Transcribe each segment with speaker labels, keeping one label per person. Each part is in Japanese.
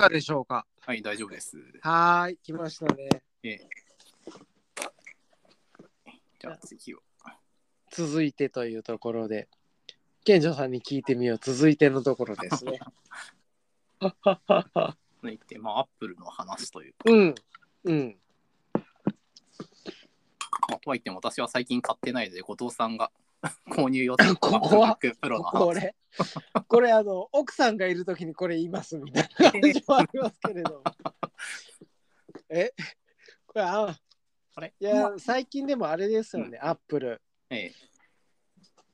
Speaker 1: がでしょうか
Speaker 2: はい、大丈夫です。
Speaker 1: はーい、来ましたね。
Speaker 2: じゃあ次を。
Speaker 1: 続いてというところで、健丈さんに聞いてみよう。続いてのところです ね。
Speaker 2: 続いて、まあ、アップルの話というか、
Speaker 1: うん、 うん。
Speaker 2: まあ、とはいっても私は最近買ってないので、後藤さんが 購入 予定の
Speaker 1: ここは
Speaker 2: MacBook Pro の
Speaker 1: こ
Speaker 2: 話。
Speaker 1: れ、これ、あの、奥さんがいるときにこれ言いますみたいな感じもありますけれ ど。え、これ、あ、
Speaker 2: あれ
Speaker 1: いや、最近でもあれですよね、アップル。
Speaker 2: え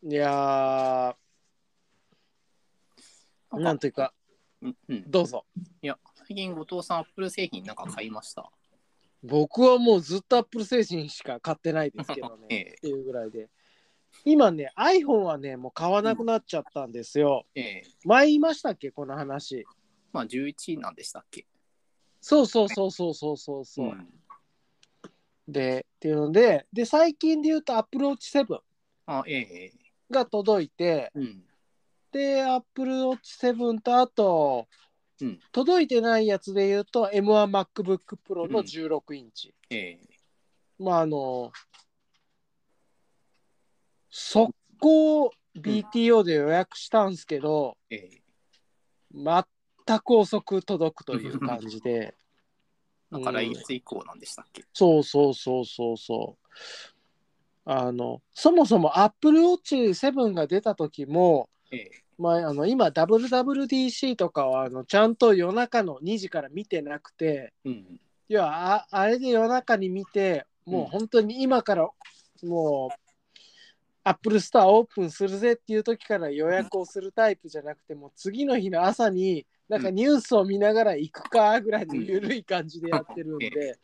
Speaker 1: いや
Speaker 2: え
Speaker 1: ー、なんというか、
Speaker 2: うんうん、
Speaker 1: どうぞ。
Speaker 2: 最近、後藤さん、アップル製品なんか買いました。。
Speaker 1: 僕はもうずっとアップル製品しか買ってないですけど ね
Speaker 2: え
Speaker 1: っ
Speaker 2: え
Speaker 1: ていうぐらいで。今ね、iPhone はね、もう買わなくなっちゃったんですよ。
Speaker 2: ええ
Speaker 1: 前言いましたっけ、この話。
Speaker 2: まあ、11なんでしたっけ。
Speaker 1: そうそうそうそうそうそうそう、
Speaker 2: ん
Speaker 1: で、っていうので、で、最近で言うと Apple Watch 7
Speaker 2: あ、ええ
Speaker 1: が届いて、
Speaker 2: うん。
Speaker 1: で、Apple Watch 7とあと、
Speaker 2: うん
Speaker 1: 届いてないやつで言うと M1MacBook Pro の16インチ。
Speaker 2: ええ
Speaker 1: まああの速攻 BTO で予約したんすけど、
Speaker 2: ええ
Speaker 1: 全く遅く届くという感じで
Speaker 2: なんか来月以降なんでしたっけ。
Speaker 1: そうそうそうそうそうあのそもそも AppleWatch7 が出た時も、
Speaker 2: ええ
Speaker 1: まあ、あの今 WWDC とかはあのちゃんと夜中の2時から見てなくて、
Speaker 2: うん。
Speaker 1: いやああれで夜中に見てもう本当に今からもうアップルストアオープンするぜっていう時から予約をするタイプじゃなくてもう次の日の朝になんかニュースを見ながら行くかぐらいの緩い感じでやってるんで、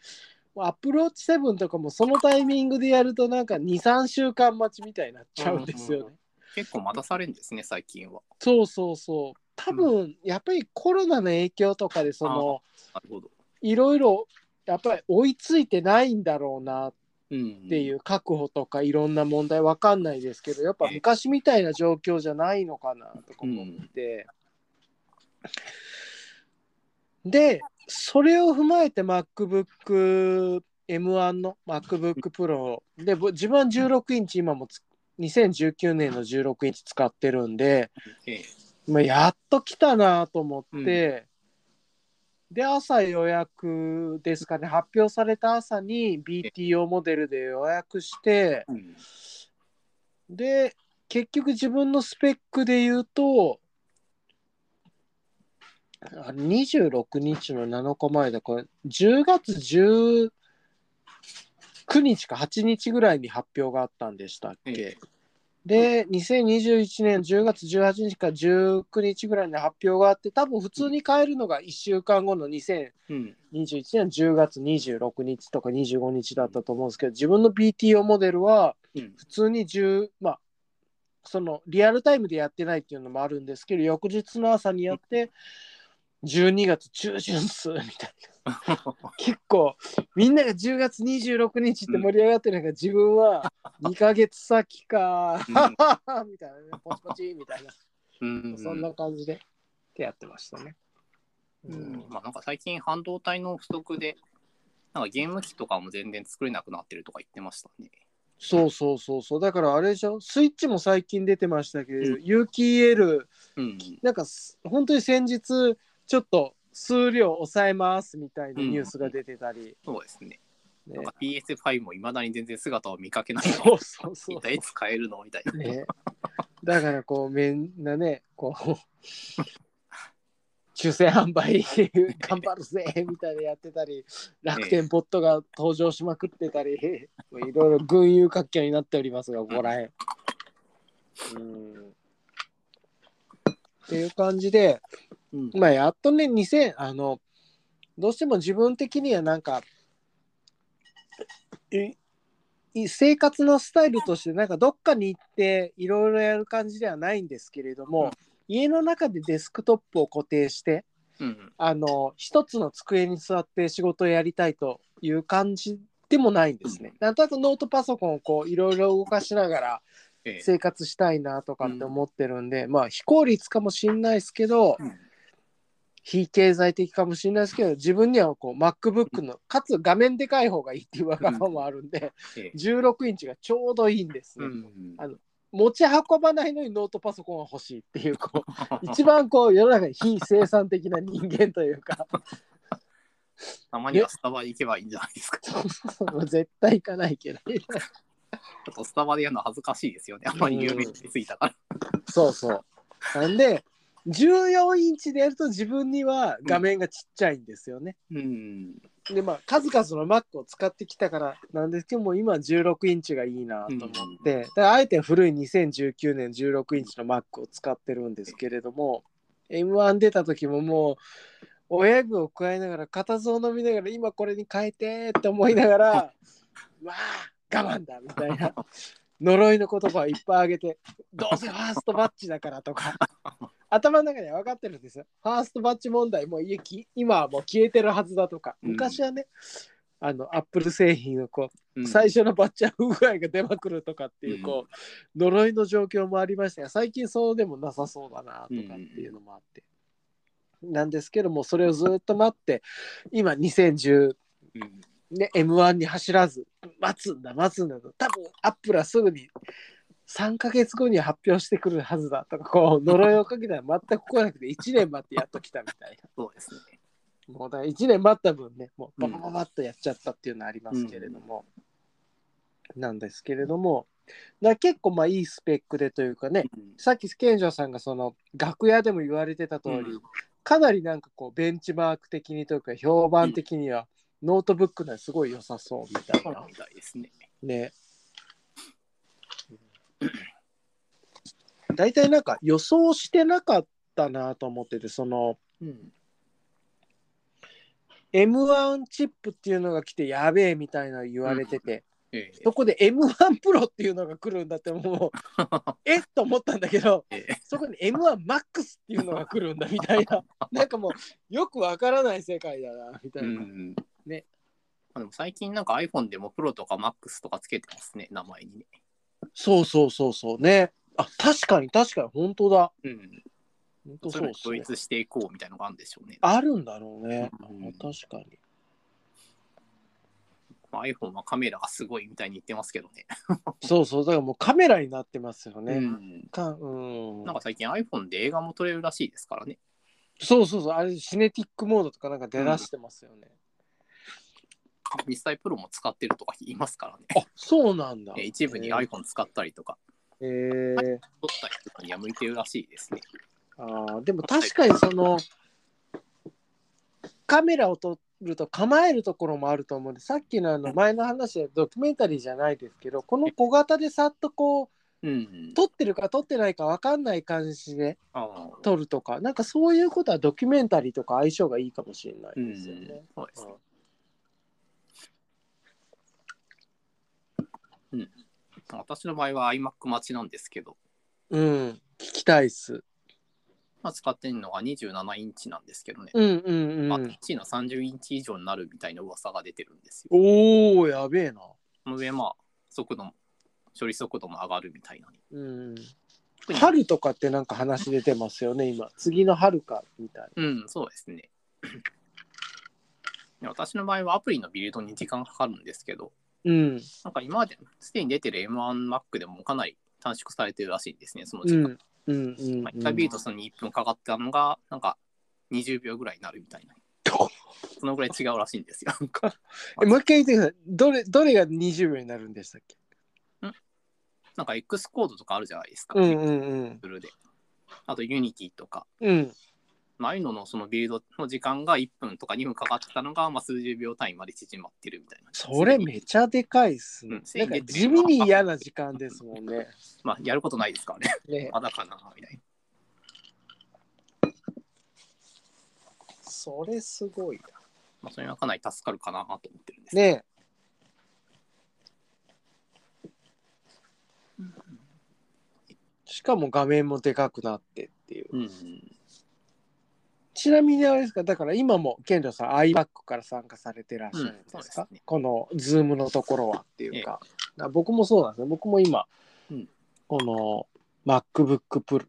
Speaker 1: もうアップルウォッチ7とかもそのタイミングでやるとなんか23週間待ちみたいになっちゃうんですよね。
Speaker 2: うん結構待たされるんですね、最近は。
Speaker 1: そうそうそう多分やっぱりコロナの影響とかでその
Speaker 2: なるほど。
Speaker 1: いろいろやっぱり追いついてないんだろうな
Speaker 2: うん。。
Speaker 1: っていうう確保とかいろんな問題わかんないですけどやっぱ昔みたいな状況じゃないのかなとか思って、でそれを踏まえて MacBookM1 の MacBookPro でぼ自分は16インチ今もつ2019年の16インチ使ってるんで、
Speaker 2: ええ
Speaker 1: まあ、やっと来たなと思って、で朝予約ですかね発表された朝に BTO モデルで予約して
Speaker 2: うん。
Speaker 1: で結局自分のスペックで言うとあ26日の7日前だこれ10月19日か8日ぐらいに発表があったんでしたっけ、
Speaker 2: ええ
Speaker 1: で、2021年10月18日から19日ぐらいに発表があって、多分普通に買えるのが1週間後の2021
Speaker 2: うん。
Speaker 1: 年10月26日とか25日だったと思うんですけど、自分の BTO モデルは
Speaker 2: うん。
Speaker 1: 普通に10、まあ、そのリアルタイムでやってないっていうのもあるんですけど、翌日の朝にやって、12月中旬数みたいな結構みんなが10月26日って盛り上がってる中自分は2ヶ月先か
Speaker 2: う
Speaker 1: みたいなねポチポチみたいな
Speaker 2: うん。
Speaker 1: そんな感じでってやってましたね。
Speaker 2: う
Speaker 1: うん
Speaker 2: ん、まあなんか最近半導体の不足で、なんかゲーム機とかも全然作れなくなってるとか言ってましたね。
Speaker 1: そうそうそうそうだからあれでしょスイッチも最近出てましたけど、
Speaker 2: う
Speaker 1: 有機 EL
Speaker 2: うん。
Speaker 1: なんかす本当に先日ちょっと数量抑えますみたいなニュースが出てたり、
Speaker 2: そうですね。
Speaker 1: ね
Speaker 2: なんか PS5 もいまだに全然姿を見かけないの。
Speaker 1: そうそうそう
Speaker 2: 一体いつ買えるのみたいな。
Speaker 1: ね、だからこうみんなねこう抽選販売頑張るぜみたいなやってたり楽天ポットが登場しまくってたりいろいろ群雄割拠になっておりますがここら辺。うんっていう感じで、
Speaker 2: うん
Speaker 1: まあ、やっとね2000あのどうしても自分的にはなんかいい生活のスタイルとしてなんかどっかに行っていろいろやる感じではないんですけれども、
Speaker 2: うん
Speaker 1: 家の中でデスクトップを固定して
Speaker 2: うん。
Speaker 1: あの一つの机に座って仕事をやりたいという感じでもないんですね。なんとなくノートパソコンをこういろいろ動かしながら
Speaker 2: ええ
Speaker 1: 生活したいなとかって思ってるんで、まあ非効率かもしんないですけど、
Speaker 2: うん
Speaker 1: 非経済的かもしれないですけど自分にはこう MacBook のかつ画面でかい方がいいっていうわがままあるんで、
Speaker 2: ええ
Speaker 1: 16インチがちょうどいいんですね、
Speaker 2: うん
Speaker 1: あ持ち運ばないのにノートパソコンは欲しいっていうこ う一番こう世の中に非生産的な人間というか
Speaker 2: たまにはスタバ行けばいいんじゃないですか。ち
Speaker 1: 絶対行かないけど
Speaker 2: ょっとスタバでやるの恥ずかしいですよね。あんまり有名になりすぎたから。
Speaker 1: そうそうなんで14インチでやると自分には画面がちっちゃいんですよね、
Speaker 2: うん。
Speaker 1: でまあ数々の Mac を使ってきたからなんですけども今16インチがいいなと思って、だからあえて古い2019年16インチの Mac を使ってるんですけれども M1 出た時ももう親指を加えながら固唾を飲みながら今これに変えてって思いな がらわあ我慢だみたいな呪いの言葉をいっぱいあげてどうせファーストバッチだからと か頭の中では分かってるんですよ。ファーストバッチ問題もいき今はもう消えてるはずだとか、
Speaker 2: うん
Speaker 1: 昔はね、あのアップル製品のこ
Speaker 2: う
Speaker 1: う、
Speaker 2: ん
Speaker 1: 最初のバッチは不具合が出まくるとかっていうこう、呪いの状況もありましたが、最近そうでもなさそうだなとかっていうのもあって。なんですけども、それをずっと待って、今2010
Speaker 2: うん
Speaker 1: ね、M1 に走らず、待つんだ、待つんだと、多分アップルはすぐに3ヶ月後に発表してくるはずだとか、こう、呪いをかけたら全く来なくて、1年待ってやっと来たみたい
Speaker 2: そうですね。
Speaker 1: な。もうだから1年待った分ね、もうババババッとやっちゃったっていうのはありますけれども、なんですけれども、だから結構まあいいスペックでというかね、
Speaker 2: うん
Speaker 1: さっき健常さんがその楽屋でも言われてた通り、
Speaker 2: うん
Speaker 1: かなりなんかこうベンチマーク的にというか評判的には、ノートブックならすごい良さそうみたい
Speaker 2: そう
Speaker 1: な
Speaker 2: みたいですね。
Speaker 1: ね。大体なんか予想してなかったなと思っててその
Speaker 2: うん。
Speaker 1: M1 チップっていうのが来てやべえみたいなの言われてて、
Speaker 2: ええ
Speaker 1: そこで M1 プロっていうのが来るんだってもうえっと思ったんだけど
Speaker 2: ええ
Speaker 1: そこに M1MAX っていうのが来るんだみたい ななんかもうよくわからない世界だなみたいうな、
Speaker 2: ん。
Speaker 1: ね。
Speaker 2: あでも最近なんか iPhone でもプロとか MAX とかつけてますね、名前にね。
Speaker 1: そうそうそうそうねあ確かに確かに本当だ
Speaker 2: うん。
Speaker 1: 本当
Speaker 2: そ
Speaker 1: そうう
Speaker 2: いうの
Speaker 1: っ
Speaker 2: に
Speaker 1: す
Speaker 2: 統
Speaker 1: ね
Speaker 2: 一していこうみたいなのがあるんでしょうね。
Speaker 1: あるんだろうね、
Speaker 2: うん
Speaker 1: 確かに
Speaker 2: まあ iPhone はカメラがすごいみたいに言ってますけどね。
Speaker 1: そうそうだからもうカメラになってますよね、
Speaker 2: うん。
Speaker 1: かうん
Speaker 2: なんか最近 iPhone で映画も撮れるらしいですからね。
Speaker 1: そうそうそうあれシネティックモードとかなんか出だしてますよね、
Speaker 2: 実際プロも使ってるとか言いますからね。
Speaker 1: あそうなんだ
Speaker 2: え一部に iPhone 使ったりとか、
Speaker 1: えー
Speaker 2: 撮ったりとかには向いてるらしいですね。
Speaker 1: あーでも確かにそのカメラを撮ると構えるところもあると思うんでさっきのあの前の話でドキュメンタリーじゃないですけどこの小型でさっとこ
Speaker 2: うん
Speaker 1: う。撮ってるか撮ってないか分かんない感じで
Speaker 2: ああ
Speaker 1: 撮るとかなんかそういうことはドキュメンタリーとか相性がいいかもしれない
Speaker 2: うん
Speaker 1: ですよね。。
Speaker 2: そうですね。私の場合は iMac 待ちなんですけど、
Speaker 1: うん、うん聞きたいっす。
Speaker 2: まあ、使ってるのが27インチなんですけどね。
Speaker 1: うんうん
Speaker 2: ま
Speaker 1: う
Speaker 2: あ、
Speaker 1: ん。
Speaker 2: 1の30インチ以上になるみたいな噂が出てるんですよ。
Speaker 1: おーやべえな。
Speaker 2: その上、まあ、速度も、処理速度も上がるみたいなね。
Speaker 1: うん、
Speaker 2: 特に
Speaker 1: 春とかってなんか話出てますよね今次の春かみたいな。
Speaker 2: うん、そうですね。 で私の場合はアプリのビルドに時間かかるんですけど、
Speaker 1: うん
Speaker 2: なんか今まですでに出てる M1Mac でもかなり短縮されてるらしいんですね、その
Speaker 1: う
Speaker 2: 時間。
Speaker 1: んうんうん
Speaker 2: まあ、
Speaker 1: う
Speaker 2: 1回ビート
Speaker 1: ん。
Speaker 2: さんに1分かかったのが、なんか20秒ぐらいになるみたいな。そのぐらい違うらしいんですよ。なんか
Speaker 1: えもう一回言ってください。どれどれが20秒になるんでしたっけ
Speaker 2: なんか X コードとかあるじゃないですか、
Speaker 1: う
Speaker 2: Google
Speaker 1: んうんうん。
Speaker 2: で。あと Unity とか。
Speaker 1: うん。
Speaker 2: まあああいうののそのビルドの時間が1分とか2分かかってたのが、まあ、数十秒単位まで縮まってるみたいな。
Speaker 1: それめちゃでかいっすね。
Speaker 2: うん
Speaker 1: なんか地味に嫌な時間ですもんね。
Speaker 2: まあ、やることないですからね。
Speaker 1: ね
Speaker 2: まだかな、みたいな。
Speaker 1: それすごいな。
Speaker 2: まあ、それはかなり助かるかなと思ってるんですけど。
Speaker 1: ねしかも画面もでかくなってっていう。
Speaker 2: うん。
Speaker 1: ちなみにあれですか、だから今も健吾さん iMac から参加されてらっしゃるん
Speaker 2: うん
Speaker 1: で
Speaker 2: そうですす
Speaker 1: か、
Speaker 2: ね
Speaker 1: この Zoom のところはっていうか、な僕もそうなんですね。僕も今、
Speaker 2: うん
Speaker 1: この MacBook Pro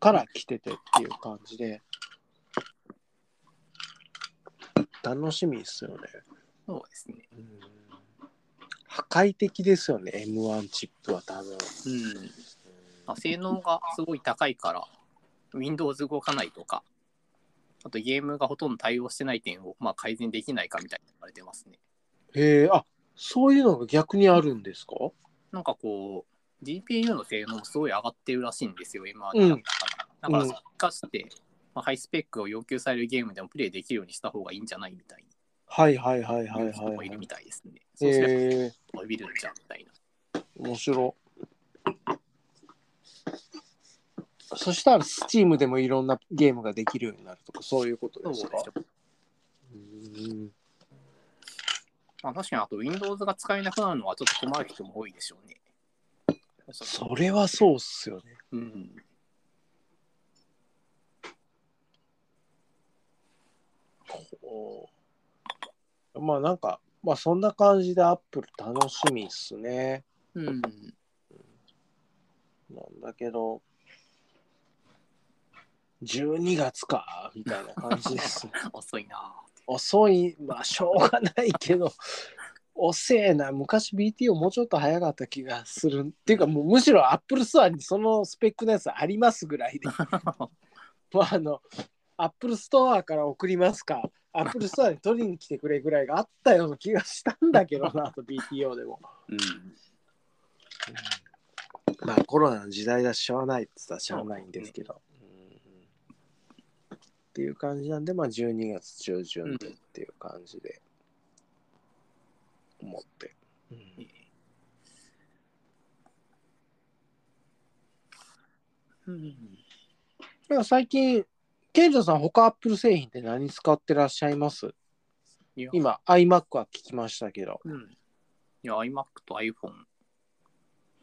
Speaker 1: から来ててっていう感じで、楽しみですよね。
Speaker 2: そうですね。
Speaker 1: うん破壊的ですよね、M1 チップは多分。
Speaker 2: うん。まあ性能がすごい高いから、Windows 動かないとか、あとゲームがほとんど対応してない点を、まあ、改善できないかみたいに言われてますね。
Speaker 1: へえ、あそういうのが逆にあるんですか
Speaker 2: なんかこう、GPU の性能もすごい上がってるらしいんですよ、MR だったら。
Speaker 1: うん
Speaker 2: だから、生かして、まあ、ハイスペックを要求されるゲームでもプレイできるようにした方がいいんじゃないみたいに
Speaker 1: はいはいはいはい
Speaker 2: 言う人
Speaker 1: はい、は
Speaker 2: もいる
Speaker 1: い
Speaker 2: み。たいですね。そうすれ
Speaker 1: へえ、
Speaker 2: ば伸びるんじゃんみたいな。
Speaker 1: 面白い。そしたら Steam でもいろんなゲームができるようになるとかそういうこと
Speaker 2: そう
Speaker 1: で
Speaker 2: ですす
Speaker 1: か
Speaker 2: よ。まあ、確かに、あと Windows が使えなくなるのはちょっと困る人も多いでしょうね。
Speaker 1: それはそうっすよね。
Speaker 2: うん。
Speaker 1: おーまあなんか、まあそんな感じで Apple 楽しみっすね。
Speaker 2: うん。
Speaker 1: なんだけど、12月か、みたいな感じです。
Speaker 2: 遅いな
Speaker 1: 遅い、まあしょうがないけど、遅えな、昔 BTO もうちょっと早かった気がする。っていうか、もうむしろ Apple Store にそのスペックのやつありますぐらいで。まああの、Apple Store から送りますか、Apple Store に取りに来てくれぐらいがあったような気がしたんだけどな、あと BTO でも。
Speaker 2: うん。
Speaker 1: まあコロナの時代だししょうがないって言ったらしょうがないんですけど。うんっていう感じなんで、まあ12月中旬でっていう感じで思って。うん
Speaker 2: うん。
Speaker 1: なんか最近、ケンジョさん、他アップル製品って何使ってらっしゃいます
Speaker 2: いや、
Speaker 1: 今、iMac は聞きましたけど。
Speaker 2: うん。いや、iMac と iPhone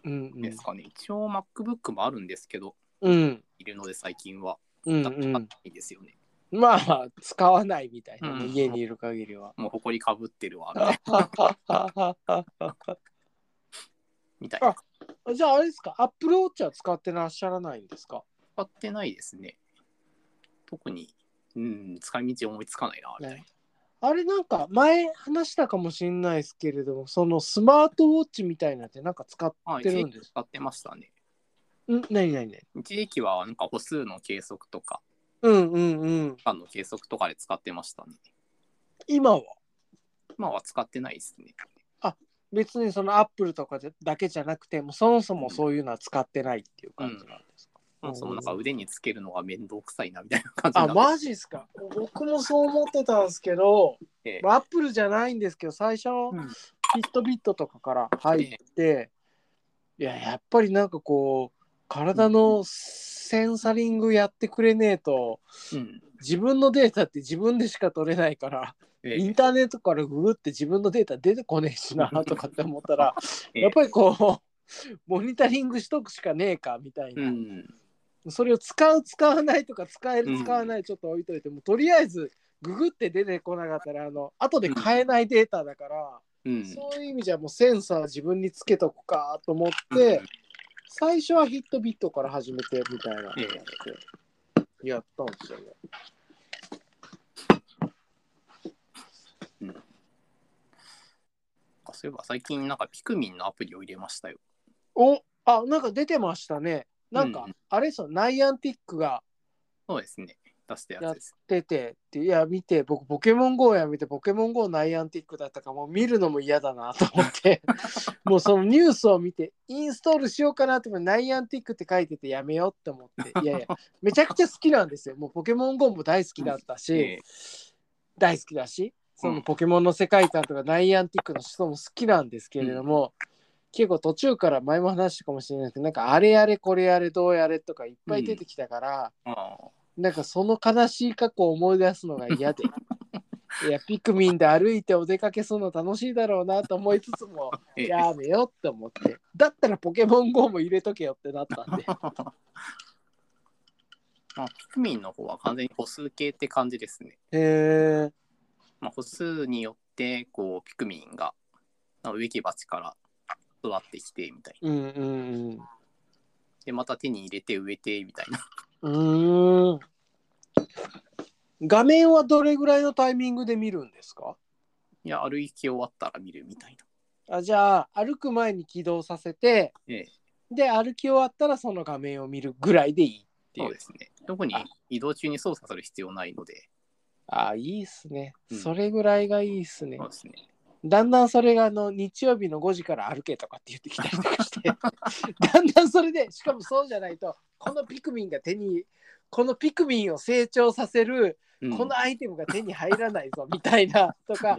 Speaker 1: うんうん
Speaker 2: ですかね。一応 MacBook もあるんですけど、
Speaker 1: うん
Speaker 2: いるので最近は。
Speaker 1: うん
Speaker 2: だっ
Speaker 1: うん。
Speaker 2: いいですよね。
Speaker 1: まあ、使わないみたいなね、
Speaker 2: うん
Speaker 1: 家にいる限りは。
Speaker 2: もう埃かぶってるわ、みたいなみたいな。
Speaker 1: じゃあ、あれですか、Apple Watch は使ってらっしゃらないんですか
Speaker 2: 使ってないですね。特に、うん、使い道思いつかないな、みたいな。
Speaker 1: ねあれなんか前話したかもしれないですけれどもそのスマートウォッチみたいなってなんか使っ
Speaker 2: はい、
Speaker 1: て
Speaker 2: 一
Speaker 1: る
Speaker 2: 時
Speaker 1: ん
Speaker 2: 期
Speaker 1: です
Speaker 2: 使ってましたね。
Speaker 1: ん何何何
Speaker 2: 一時期は、なんか歩数の計測とか、
Speaker 1: うんうんうん
Speaker 2: 間の計測とかで使ってましたね。
Speaker 1: 今は
Speaker 2: 今は使ってないですね。
Speaker 1: 別にそのアップルとかじゃだけじゃなくてもそもそもそういうのは使ってないっていう感じなんですか、
Speaker 2: そもそもなんか
Speaker 1: うん
Speaker 2: 腕につけるのが面倒くさいなみたいな感じに
Speaker 1: あ
Speaker 2: なって
Speaker 1: マジですか僕もそう思ってたんですけど
Speaker 2: て、
Speaker 1: まあアップルじゃないんですけど最初の
Speaker 2: うん
Speaker 1: フィットビットとかから入って、いややっぱりなんかこう体のセンサリングやってくれねえと
Speaker 2: うん
Speaker 1: 自分のデータって自分でしか取れないから
Speaker 2: え
Speaker 1: インターネットからググって自分のデータ出てこねえしなとかって思ったら
Speaker 2: え
Speaker 1: やっぱりこうモニタリングしとくしかねえかみたいうな、
Speaker 2: ん、
Speaker 1: それを使う使わないとか使え
Speaker 2: う
Speaker 1: る
Speaker 2: ん
Speaker 1: 使わないちょっと置いといてもとりあえずググって出てこなかったらあの後で買えないデータだから。
Speaker 2: うん、
Speaker 1: そういう意味じゃもうセンサー自分につけとくかと思って、最初はヒットビットから始めてみたいなのやって
Speaker 2: え
Speaker 1: やったんですよね。
Speaker 2: あそういえば最近なんかピクミンのアプリを入れましたよ。
Speaker 1: おあなんか出てましたね。なんか、
Speaker 2: うん
Speaker 1: あれですよナイアンティックが
Speaker 2: そうですね。出したやつです。
Speaker 1: 出てっていや見て僕ポケモン GO やめてポケモン GO ナイアンティックだったからもう見るのも嫌だなと思ってもうそのニュースを見てインストールしようかなと思ってナイアンティックって書いててやめようって思っていやいやめちゃくちゃ好きなんですよもうポケモン GO も大好きだったし、
Speaker 2: え
Speaker 1: 大好きだしそのポケモンの世界観とかナイアンティックの思想も好きなんですけれども、結構途中から前も話したかもしれないですけどなんかあれやれこれやれどうやれとかいっぱい出てきたから、
Speaker 2: えああ
Speaker 1: なんかその悲しい過去を思い出すのが嫌 でいやピクミンで歩いてお出かけするの楽しいだろうなと思いつつも
Speaker 2: ええ
Speaker 1: やめようって思ってだったらポケモン GO も入れとけよってなった んで
Speaker 2: まあ、ピクミンの方は完全に歩数計って感じですね。
Speaker 1: へえ
Speaker 2: まあ、歩数によってこうピクミンがなんか植木鉢から育ってきてみたいな。
Speaker 1: うんうん
Speaker 2: でまた手に入れて植えてみたいな。
Speaker 1: うんうーん画面はどれぐらいのタイミングで見るんですか
Speaker 2: いや、歩き終わったら見るみたいな。
Speaker 1: あじゃあ歩く前に起動させて
Speaker 2: ええ、
Speaker 1: で歩き終わったらその画面を見るぐらいでいいってい
Speaker 2: そう
Speaker 1: う
Speaker 2: ですね。特に
Speaker 1: あ
Speaker 2: 移動中に操作する必要ないので、
Speaker 1: ああいいっすね、
Speaker 2: うん
Speaker 1: それぐらいがいいっすね
Speaker 2: そうですね。
Speaker 1: だんだんそれがあの日曜日の5時から歩けとかって言ってきたりとかして だんだんそれでしかもそうじゃないとこのピクミンが手にこのピクミンを成長させる
Speaker 2: うん
Speaker 1: このアイテムが手に入らないぞみたいなとか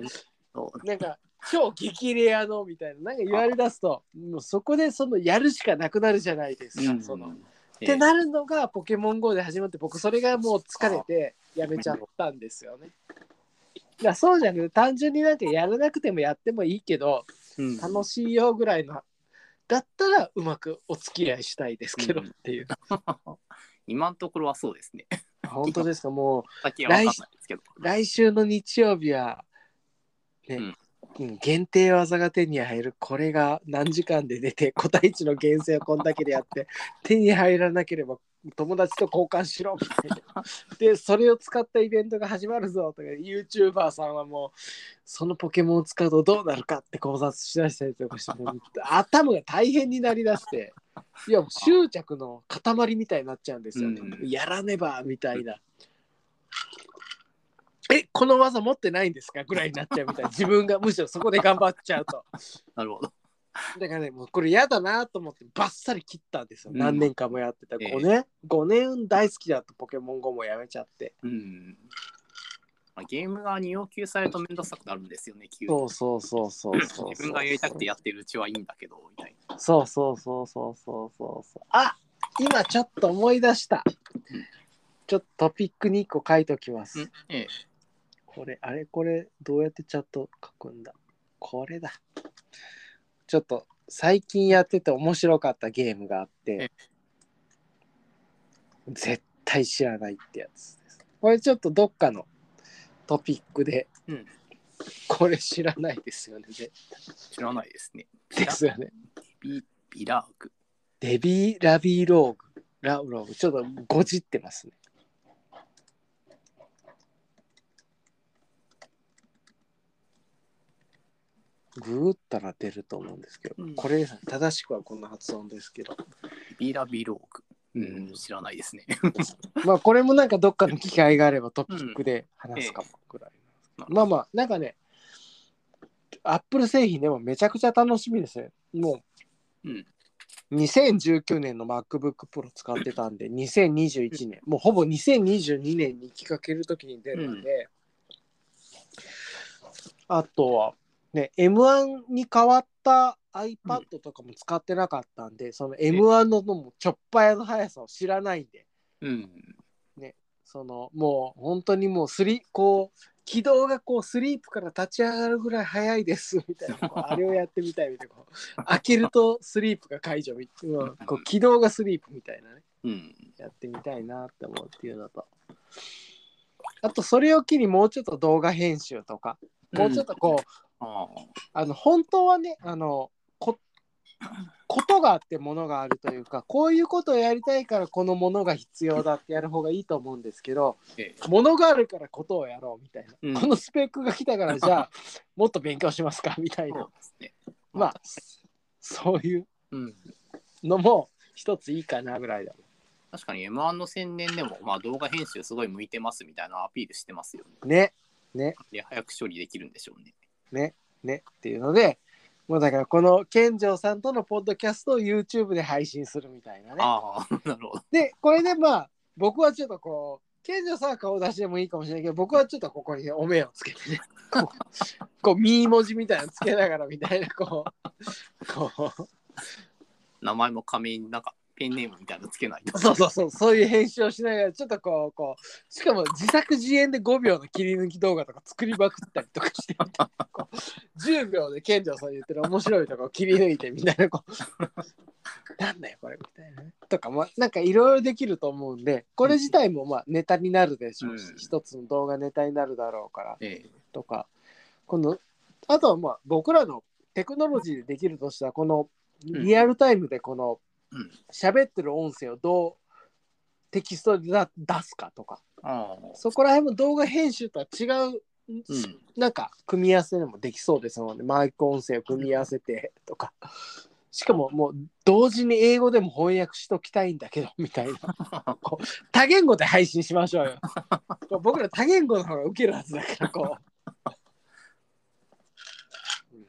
Speaker 2: そう
Speaker 1: なんか超激レアのみたいななんか言われだすともうそこでそのやるしかなくなるじゃないですか。その
Speaker 2: ええ
Speaker 1: ってなるのがポケモン GO で始まって僕それがもう疲れてやめちゃったんですよね。だからそうじゃなくて単純になんかやらなくてもやってもいいけど
Speaker 2: うん
Speaker 1: 楽しいよぐらいのだったらうまくお付き合いしたいですけどっ
Speaker 2: うん
Speaker 1: ていう。
Speaker 2: 今のところはそうですね。
Speaker 1: 本当ですかもう
Speaker 2: 先は分かんないですけど。
Speaker 1: 来週の日曜日は、ねうん限定技が手に入るこれが何時間で出て個体値の厳選をこんだけでやって手に入らなければ友達と交換し ろみたいな。でそれを使ったイベントが始まるぞとか YouTuber さんはもうそのポケモンを使うとどうなるかって考察しだしたりとかしてもう頭が大変になりだしていやもう執着の塊みたいになっちゃうんですよね。
Speaker 2: うん
Speaker 1: やらねばみたいな。えこの技持ってないんですかぐらいになっちゃうみたいな自分がむしろそこで頑張っちゃうと
Speaker 2: なるほど。
Speaker 1: だからねもうこれ嫌だなと思ってバッサリ切ったんですよ、
Speaker 2: うん
Speaker 1: 何年かもやってた
Speaker 2: ええ
Speaker 1: 5年、5年大好きだとポケモン GO もやめちゃって
Speaker 2: うん。まあゲーム側に要求されると面倒くさくなるんですよね、急に
Speaker 1: そうそうそうそうそう
Speaker 2: 自分がやりたくてやってるうちはいいんだけど、みたい
Speaker 1: そうそうそうそうそうそうそうあ今ちょっと思い出した
Speaker 2: うん
Speaker 1: ちょっとトピックに1個書いときます、
Speaker 2: な。うんええ。
Speaker 1: これあれこれどうやってチャット書くんだこれだちょっと最近やってて面白かったゲームがあって絶対知らないってやつですこれちょっとどっかのトピックで、
Speaker 2: うん
Speaker 1: これ知らないですよねで
Speaker 2: 知らないですね。
Speaker 1: ですよね
Speaker 2: ビビラーク。
Speaker 1: デビー・ラビーローグラウローグちょっとごじってますねグーったら出ると思うんですけど、
Speaker 2: うん
Speaker 1: これですね正しくはこんな発音ですけど
Speaker 2: ビラビローク。
Speaker 1: う
Speaker 2: う
Speaker 1: ん
Speaker 2: ん、知らないですね。
Speaker 1: まあこれもなんかどっかの機会があればトピックで話すかもぐらい、
Speaker 2: ええ
Speaker 1: まあまあなんかねアップル製品でもめちゃくちゃ楽しみですねもう、
Speaker 2: うん
Speaker 1: 2019年の MacBookPro 使ってたんで2021年、もうほぼ2022年に行きかけるときに出るんで、あとはね M1 に変わった iPad とかも使ってなかったんで、その M1 ののもちょっぱやの速さを知らないんで
Speaker 2: うん。
Speaker 1: そのもう本当にもうスリこう軌道がこうスリープから立ち上がるぐらい早いですみたいなこうあれをやってみたいみたいなこう開けるとスリープが解除みたいなこう軌道がスリープみたいなね
Speaker 2: うん。
Speaker 1: やってみたいなって思うっていうのとあとそれを機にもうちょっと動画編集とかもうちょっとこう、
Speaker 2: ああ。
Speaker 1: あの本当はねあのこことがあってものがあるというかこういうことをやりたいからこのものが必要だってやる方がいいと思うんですけど
Speaker 2: ええ
Speaker 1: ものがあるからことをやろうみたいな、
Speaker 2: うん
Speaker 1: このスペックが来たからじゃ あもっと勉強しますかみたい
Speaker 2: そう
Speaker 1: な
Speaker 2: ですね。
Speaker 1: まあそういう
Speaker 2: うん。
Speaker 1: のも一ついいかなぐらいだ
Speaker 2: 確かに M1 の宣伝でも、まあ、動画編集すごい向いてますみたいなアピールしてますよね。
Speaker 1: ね
Speaker 2: で、早く処理できるんでしょうね。
Speaker 1: ねっていうのでもうだからこの健城さんとのポッドキャストを YouTube で配信するみたいなね
Speaker 2: あ あ、なるほど。
Speaker 1: でこれでまあ僕はちょっとこう賢者さんは顔出しでもいいかもしれないけど僕はちょっとここにねお目をつけてねこうこうミー文字みたいなのつけながらみたいなこうこ
Speaker 2: 名前も仮名になんかペンネームみたいなのつけないと。
Speaker 1: う そうそうそうそういう編集をしながらちょっとこうこうしかも自作自演で5秒の切り抜き動画とか作りまくったりとかしてみたいなこう10秒で賢者さん言ってる面白いとこを切り抜いてみたいなこうなんだよこれみたいなねとかまあなんかいろいろできると思うんでこれ自体もまあネタになるでしょうし、
Speaker 2: うん
Speaker 1: 一つの動画ネタになるだろうから
Speaker 2: ええ。
Speaker 1: とかこのあとはまあ僕らのテクノロジーでできるとしたらこの
Speaker 2: ん
Speaker 1: リアルタイムでこの
Speaker 2: うん
Speaker 1: 喋ってる音声をどうテキストでだ出すかとか
Speaker 2: ああ
Speaker 1: そこら辺も動画編集とは違う、
Speaker 2: うん
Speaker 1: なんか組み合わせでもできそうですので、マイク音声を組み合わせてとか。しかももう同時に英語でも翻訳しときたいんだけどみたいな こう多言語で配信しましょうよこう僕ら多言語の方がウケるはずだからこう、うん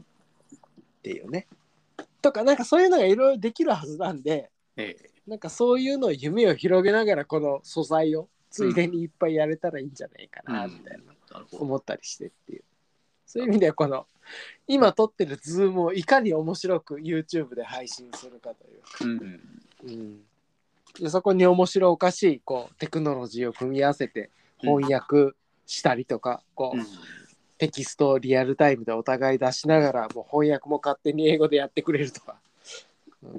Speaker 1: っていうねとかなんかそういうのがいろいろできるはずなんで、
Speaker 2: ええ
Speaker 1: なんかそういうのを夢を広げながらこの素材をついでにいっぱいやれたらいいんじゃないかな
Speaker 2: うん
Speaker 1: みたいな
Speaker 2: なるほど。
Speaker 1: 思ったりしてっていうそういう意味ではこの今撮ってるズームをいかに面白く YouTube で配信するかという
Speaker 2: うん。
Speaker 1: うん、でそこに面白おかしいこうテクノロジーを組み合わせて翻訳したりとか、こう
Speaker 2: うん
Speaker 1: テキストをリアルタイムでお互い出しながらもう翻訳も勝手に英語でやってくれるとか。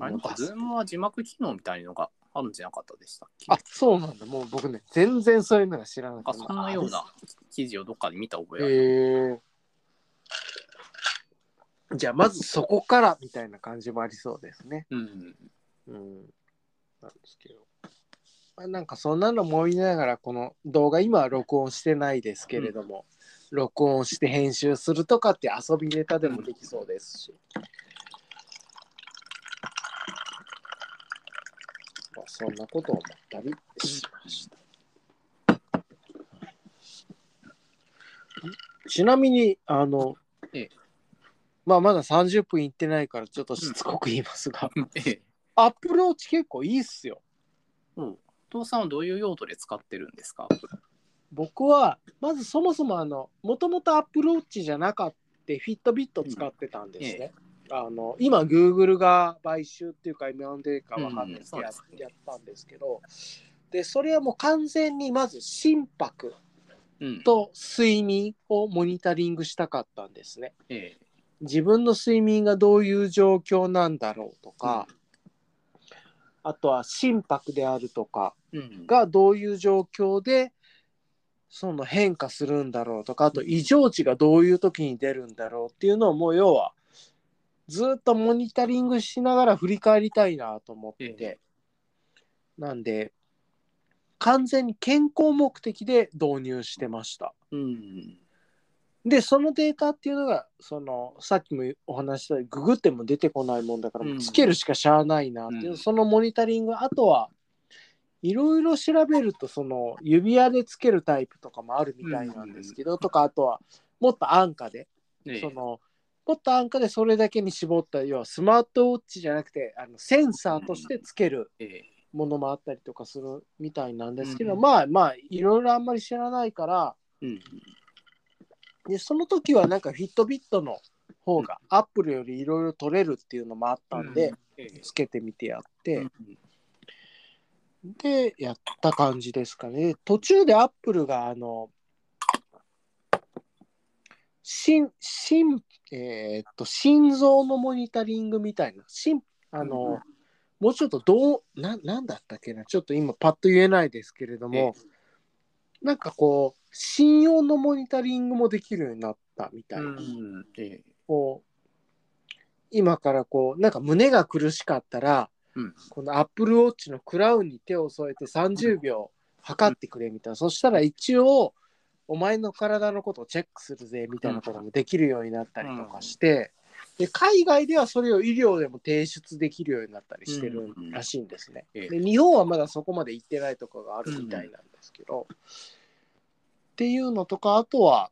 Speaker 2: あれなんか、ズームは字幕機能みたいのがあるんじゃなかったでしたっけ
Speaker 1: あそうなんだもう僕ね全然そういうのが知らなか
Speaker 2: あ
Speaker 1: った
Speaker 2: そんなような記事をどっかで見た覚え
Speaker 1: へ
Speaker 2: ある。
Speaker 1: えじゃあまずそこからみたいな感じもありそうですね
Speaker 2: うん。
Speaker 1: うんなんですけどまあなんかそんなのも見ながらこの動画今は録音してないですけれども、録音して編集するとかって遊びネタでもできそうですし、まあ、そんなことを思ったりしましたちなみにあの、
Speaker 2: ええ
Speaker 1: まあまだ30分いってないからちょっとしつこく言いますが、
Speaker 2: ええ。
Speaker 1: アップルウォッチ結構いいっすよ。
Speaker 2: おうお父さんはどういう用途で使ってるんですか
Speaker 1: 僕は、まずそもそもあの、もともとアップルウォッチじゃなかった、フィットビット使ってたんですね。あの今、Google が買収っていうか、M&A かわかんないですけど、や
Speaker 2: うんそうですね
Speaker 1: やったんですけど、で、それはもう完全にまず心拍
Speaker 2: うん。
Speaker 1: と睡眠をモニタリングしたかったんですね。
Speaker 2: ええ。
Speaker 1: 自分の睡眠がどういう状況なんだろうとか、あとは心拍であるとか、
Speaker 2: うん。
Speaker 1: がどういう状況でその変化するんだろうとかあと異常値がどういう時に出るんだろうっていうのをもう要はずっとモニタリングしながら振り返りたいなと思ってて、なんで完全に健康目的で導入してました。
Speaker 2: うん。
Speaker 1: でそのデータっていうのがそのさっきもお話ししたようにググっても出てこないもんだから、
Speaker 2: うん
Speaker 1: つけるしかしゃあないなっていう、
Speaker 2: うん
Speaker 1: そのモニタリングあとはいろいろ調べるとその指輪でつけるタイプとかもあるみたいなんですけど、とかあとはもっと安価で、
Speaker 2: ええ
Speaker 1: そのもっと安価でそれだけに絞った要はスマートウォッチじゃなくてあのセンサーとしてつける
Speaker 2: ええ。
Speaker 1: ものもあったりとかするみたいなんですけど、
Speaker 2: うん
Speaker 1: まあまあいろいろあんまり知らないから。
Speaker 2: うん。
Speaker 1: でその時はなんかフィットビットの方がアップルよりいろいろ取れるっていうのもあったんで、
Speaker 2: ええ。
Speaker 1: つけてみてやって、
Speaker 2: うん
Speaker 1: でやった感じですかね途中でアップルがあの心心えーっと心臓のモニタリングみたいな心あの、
Speaker 2: うん
Speaker 1: もうちょっとどうななんだったっけなちょっと今パッと言えないですけれども、なんかこう心音のモニタリングもできるようになったみたいな。
Speaker 2: うん。ええ。
Speaker 1: こう今からこうなんか胸が苦しかったら、
Speaker 2: うん
Speaker 1: このアップルウォッチのクラウンに手を添えて30秒測ってくれみたいな、そしたら一応お前の体のことをチェックするぜみたいなこともできるようになったりとかして、で海外ではそれを医療でも提出できるようになったりしてるらしいんですね。
Speaker 2: ええ
Speaker 1: で日本はまだそこまで行ってないとかがあるみたいなんですけど、っていうのとかあとは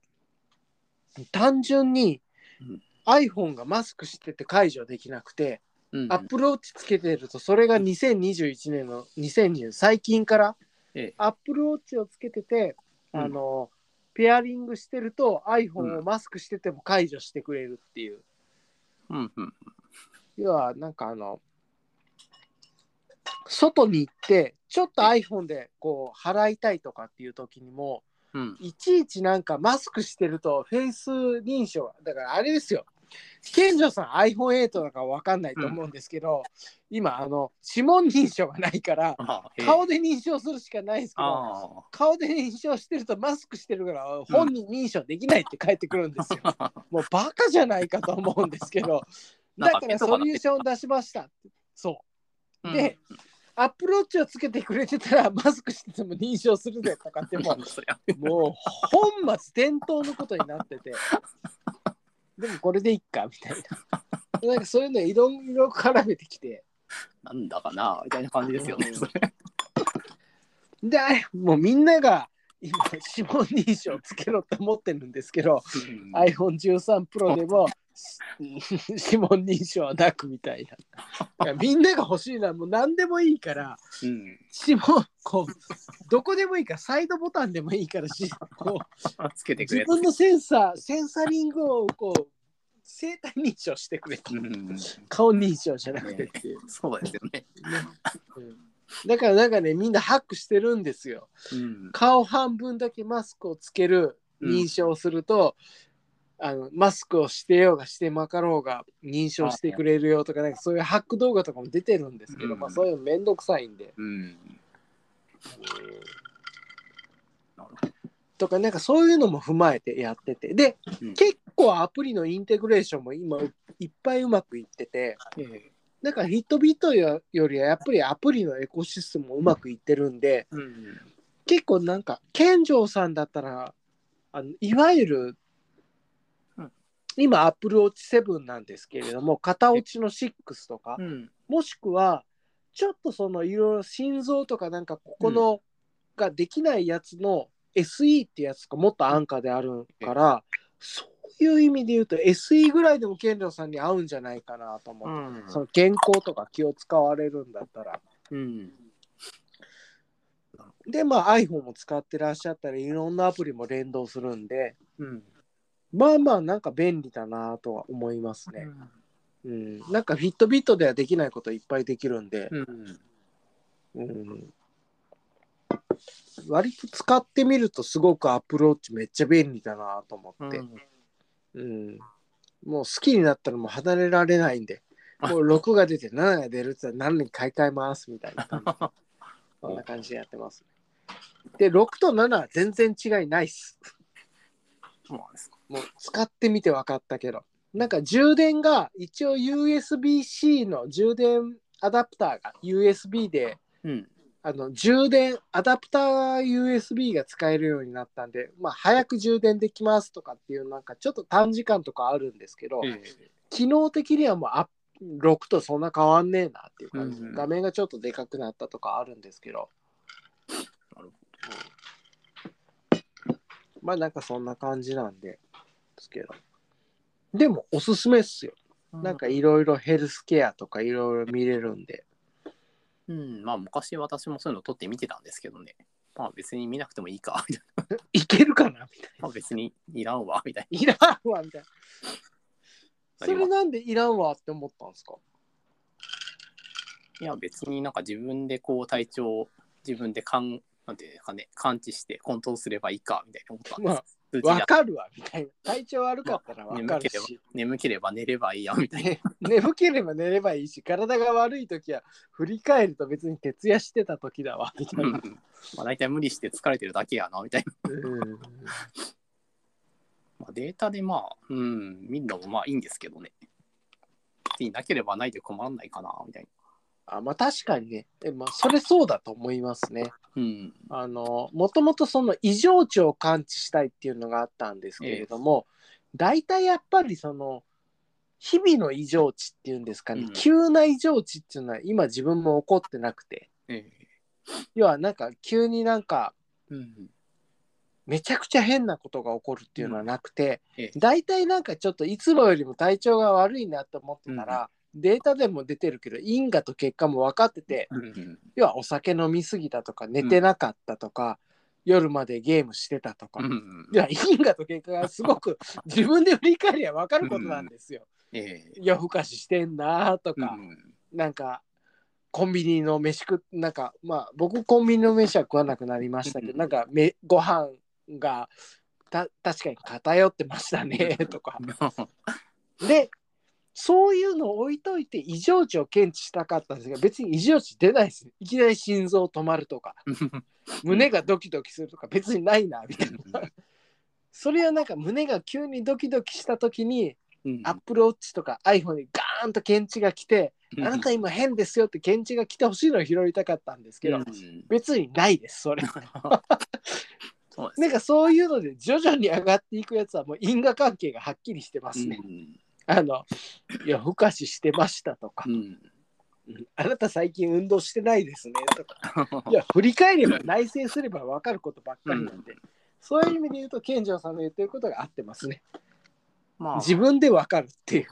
Speaker 1: 単純に
Speaker 2: うん
Speaker 1: iPhone がマスクしてて解除できなくて、
Speaker 2: うん。
Speaker 1: Apple Watch つけてるとそれが2021年の2020最近から
Speaker 2: ええ。
Speaker 1: Apple Watch をつけてて、
Speaker 2: うん
Speaker 1: あのペアリングしてると iPhone
Speaker 2: う
Speaker 1: をマスクしてても解除してくれるっていう、
Speaker 2: うん。うん。
Speaker 1: 要はなんかあの外に行ってちょっと iPhone でこう払いたいとかっていう時にも
Speaker 2: うん。
Speaker 1: いちいちなんかマスクしてるとフェイス認証だからあれですよ健常さん iPhone8 だから分かんないと思うんですけど、今あの指紋認証がないから
Speaker 2: ああええ
Speaker 1: 顔で認証するしかないですけど
Speaker 2: あ
Speaker 1: 顔で認証してるとマスクしてるから本人認証できないって返ってくるんです よ。
Speaker 2: あ。
Speaker 1: もうバカじゃないかと思うんですけど
Speaker 2: なん
Speaker 1: だか
Speaker 2: か
Speaker 1: らソリューションを出しましたそうで、アップローチをつけてくれてたらマスクしてても認証するぜとかっても
Speaker 2: なんだ そりゃ
Speaker 1: うもう本末転倒のことになっててでもこれでいっかみたいななんかそういうのいろいろ絡めてきて
Speaker 2: なんだかなみたいな感じですよね。それ
Speaker 1: であれもうみんなが今指紋認証つけろって思ってるんですけど iPhone13 Pro でも指紋認証はなくみたいないやみんなが欲しいのはもう何でもいいから
Speaker 2: うん、
Speaker 1: 指紋こうどこでもいいからサイドボタンでもいいからしこう
Speaker 2: つけてく
Speaker 1: 自
Speaker 2: れた。
Speaker 1: 分のセンサーセンサリングをこう生体認証してくれた
Speaker 2: うん、ね
Speaker 1: 顔認証じゃなくてっていう、
Speaker 2: そうですよね。
Speaker 1: うんだからなんかねみんなハックしてるんですよ
Speaker 2: うん、
Speaker 1: 顔半分だけマスクをつける認証をすると、あのマスクをしてようがしてまかろうが認証してくれるよとかなんかそういうハック動画とかも出てるんですけど、
Speaker 2: うん
Speaker 1: まあそういうのめんどくさいんで
Speaker 2: うん、なるほど
Speaker 1: とかなんかそういうのも踏まえてやっててで、
Speaker 2: うん
Speaker 1: 結構アプリのインテグレーションも今いっぱいうまくいってて
Speaker 2: ええ
Speaker 1: だからヒットビットよりはやっぱりアプリのエコシステムもうまくいってるんで
Speaker 2: うん、
Speaker 1: 結構なんか健城さんだったらあのいわゆる、
Speaker 2: うん
Speaker 1: 今アップルウォッチ7なんですけれども型落ちの6とか、
Speaker 2: うん、
Speaker 1: もしくはちょっとそのいろいろ心臓とかなんかここの、ができないやつの SE ってやつがもっと安価であるから、そういう意味で言うと SE ぐらいでも健良さんに合うんじゃないかなと思
Speaker 2: う
Speaker 1: う、
Speaker 2: ん、
Speaker 1: その健康とか気を使われるんだったら
Speaker 2: うん、
Speaker 1: でまあ iPhone も使ってらっしゃったりいろんなアプリも連動するんで
Speaker 2: うん、
Speaker 1: まあまあなんか便利だなとは思いますね、うん、なんかフィットビットではできないこといっぱいできるんで、
Speaker 2: うん、
Speaker 1: うん割と使ってみるとすごくアプローチめっちゃ便利だなと思って、うんもう好きになったらもう離れられないんでもう6が出て7が出るって言ったら7に買い替えますみたいな感じそんな感じでやってます、で6と7は全然違いないっす
Speaker 2: そうなんですか。
Speaker 1: もう使ってみて分かったけどなんか充電が一応 USB-C の充電アダプターが USB で
Speaker 2: うん、
Speaker 1: あの充電アダプター USB が使えるようになったんで、まあ、早く充電できますとかっていうなんかちょっと短時間とかあるんですけど、
Speaker 2: ええ
Speaker 1: 機能的にはもうあ6とそんな変わんねえなっていう感じ、
Speaker 2: うんうん
Speaker 1: 画面がちょっとでかくなったとかあるんですけど
Speaker 2: なるほ
Speaker 1: まあなんかそんな感じなんでですけどでもおすすめっすよ
Speaker 2: ど。
Speaker 1: なんかいろいろヘルスケアとかいろいろ見れるんで
Speaker 2: うん、まあ昔私もそういうの撮って見てたんですけどね。まあ別に見なくてもいいか、 みたいな。
Speaker 1: いけるかなみたいな。
Speaker 2: まあ別にいらんわ、みたい
Speaker 1: いらんわみたいな。
Speaker 2: なります
Speaker 1: それなんでいらんわって思ったんですか
Speaker 2: な。いや別になんか自分でこう体調を自分で感、なんていうかね、感知してコントロールすればいいか、みたいな思ったんです。
Speaker 1: まあ
Speaker 2: 通知
Speaker 1: わ
Speaker 2: や
Speaker 1: かるわみたいな。体調悪かったらわかるし、
Speaker 2: 眠ければ寝ればいいや、みたい な。
Speaker 1: ね眠ければ寝ればいいし、体が悪い時は振り返ると別に徹夜してた時だわみた
Speaker 2: う
Speaker 1: い
Speaker 2: ん
Speaker 1: な。
Speaker 2: まあ大体無理して疲れてるだけやな、みたいな。
Speaker 1: うん
Speaker 2: まあ、データでまあ、うん、見るのもまあいいんですけどね。でいなければないで困らないかな、みたいな。
Speaker 1: あまあ確かにね、えまあ、それそうだと思いますね。
Speaker 2: うん。
Speaker 1: あのもともとその異常値を感知したいっていうのがあったんですけれども、大体やっぱりその日々の異常値っていうんですかね、
Speaker 2: うん
Speaker 1: 急な異常値っていうのは今自分も起こってなくて
Speaker 2: ええ。
Speaker 1: 要はなんか急になんか
Speaker 2: うん。
Speaker 1: めちゃくちゃ変なことが起こるっていうのはなくて、
Speaker 2: うんええ
Speaker 1: 大体なんかちょっといつもよりも体調が悪いなと思ってたら、データでも出てるけど因果と結果も分かってて、
Speaker 2: うん。
Speaker 1: 要はお酒飲みすぎたとか寝てなかったとか、夜までゲームしてたとか、
Speaker 2: うん
Speaker 1: い。や因果と結果がすごく自分で振り返りゃ分かることなんですよ。
Speaker 2: ええ。
Speaker 1: 夜更かししてんなとか、
Speaker 2: うん
Speaker 1: なんかコンビニの飯食っなんかまあ僕コンビニの飯は食わなくなりましたけど、
Speaker 2: うん
Speaker 1: なんかめご飯がた確かに偏ってましたね
Speaker 2: うん
Speaker 1: とか。でそういうのを置いといて異常値を検知したかったんですが別に異常値出ないですねいきなり心臓止まるとか胸がドキドキするとか別にないなみたいな。それはなんか胸が急にドキドキした時に
Speaker 2: うん
Speaker 1: Apple Watch とか iPhone にガーンと検知が来てあなた今変ですよって検知が来てほしいのを拾いたかったんですけど、
Speaker 2: うん
Speaker 1: 別にないですそれ
Speaker 2: そうです
Speaker 1: なんかそういうので徐々に上がっていくやつはもう因果関係がはっきりしてますね、
Speaker 2: うん
Speaker 1: あのいやふかししてましたとか、
Speaker 2: うん
Speaker 1: あなた最近運動してないですねとかいや振り返れば内省すれば分かることばっかりなんで、そういう意味で言うと健二郎さんの言ってることが合ってますね
Speaker 2: まあ、
Speaker 1: 自分で分かるっていう、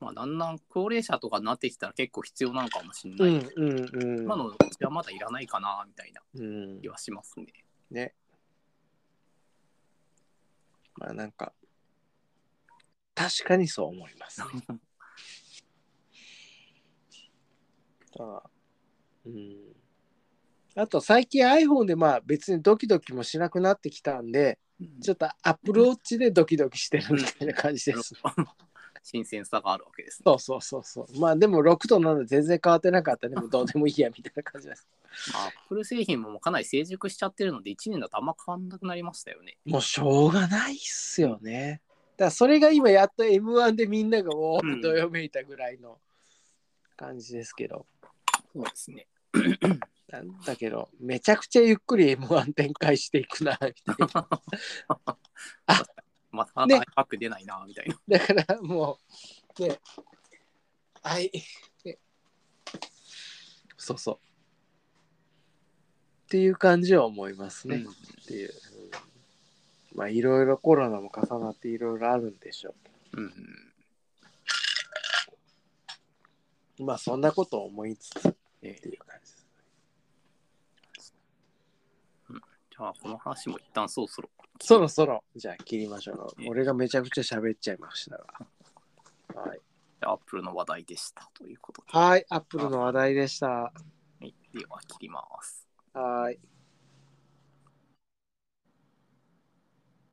Speaker 2: まあ、だんだん高齢者とかになってきたら結構必要なのかもしれ
Speaker 1: う
Speaker 2: ない。
Speaker 1: んうんうん
Speaker 2: 今のうちはまだいらないかなみたいな
Speaker 1: うん
Speaker 2: 気はしますね。
Speaker 1: ねまあなんか確かにそう思います、 ね、あうんあと最近 iPhone でまあ別にドキドキもしなくなってきたんでちょっと Apple Watch でドキドキしてるみたいな感じです、
Speaker 2: 新鮮さがあるわけです
Speaker 1: そ
Speaker 2: ね。
Speaker 1: うそうそうそうまあでも6と7全然変わってなかったねもうどうでもいいやみたいな感じです
Speaker 2: まあ、アップル製品ももうかなり成熟しちゃってるので、1年だとあんま変わんなくなりましたよね。
Speaker 1: もうしょうがないっすよね。だからそれが今やっと M1 でみんながお
Speaker 2: う
Speaker 1: ー
Speaker 2: ん
Speaker 1: どよめいたぐらいの感じですけど、
Speaker 2: そうですね。
Speaker 1: なんだけどめちゃくちゃゆっくり M1 展開していくなみたいな
Speaker 2: また、
Speaker 1: ね
Speaker 2: ね、パック出ないなみたいな。
Speaker 1: だからもうねはい、ねそうそうっていう感じは思いますね、
Speaker 2: うん
Speaker 1: っていう、うんまあいろいろコロナも重なっていろいろあるんでしょう
Speaker 2: うん、
Speaker 1: まあそんなことを思いつつ
Speaker 2: え
Speaker 1: っていう感じです。
Speaker 2: じゃあ、この話も一旦そろそろ。
Speaker 1: そろそろじゃあ切りましょう
Speaker 2: え。え
Speaker 1: 俺がめちゃくちゃ喋っちゃいましたが。はい。
Speaker 2: じゃあアップルの話題でしたということで。
Speaker 1: はい、アップルの話題でした。
Speaker 2: はいでは、切ります。
Speaker 1: はい。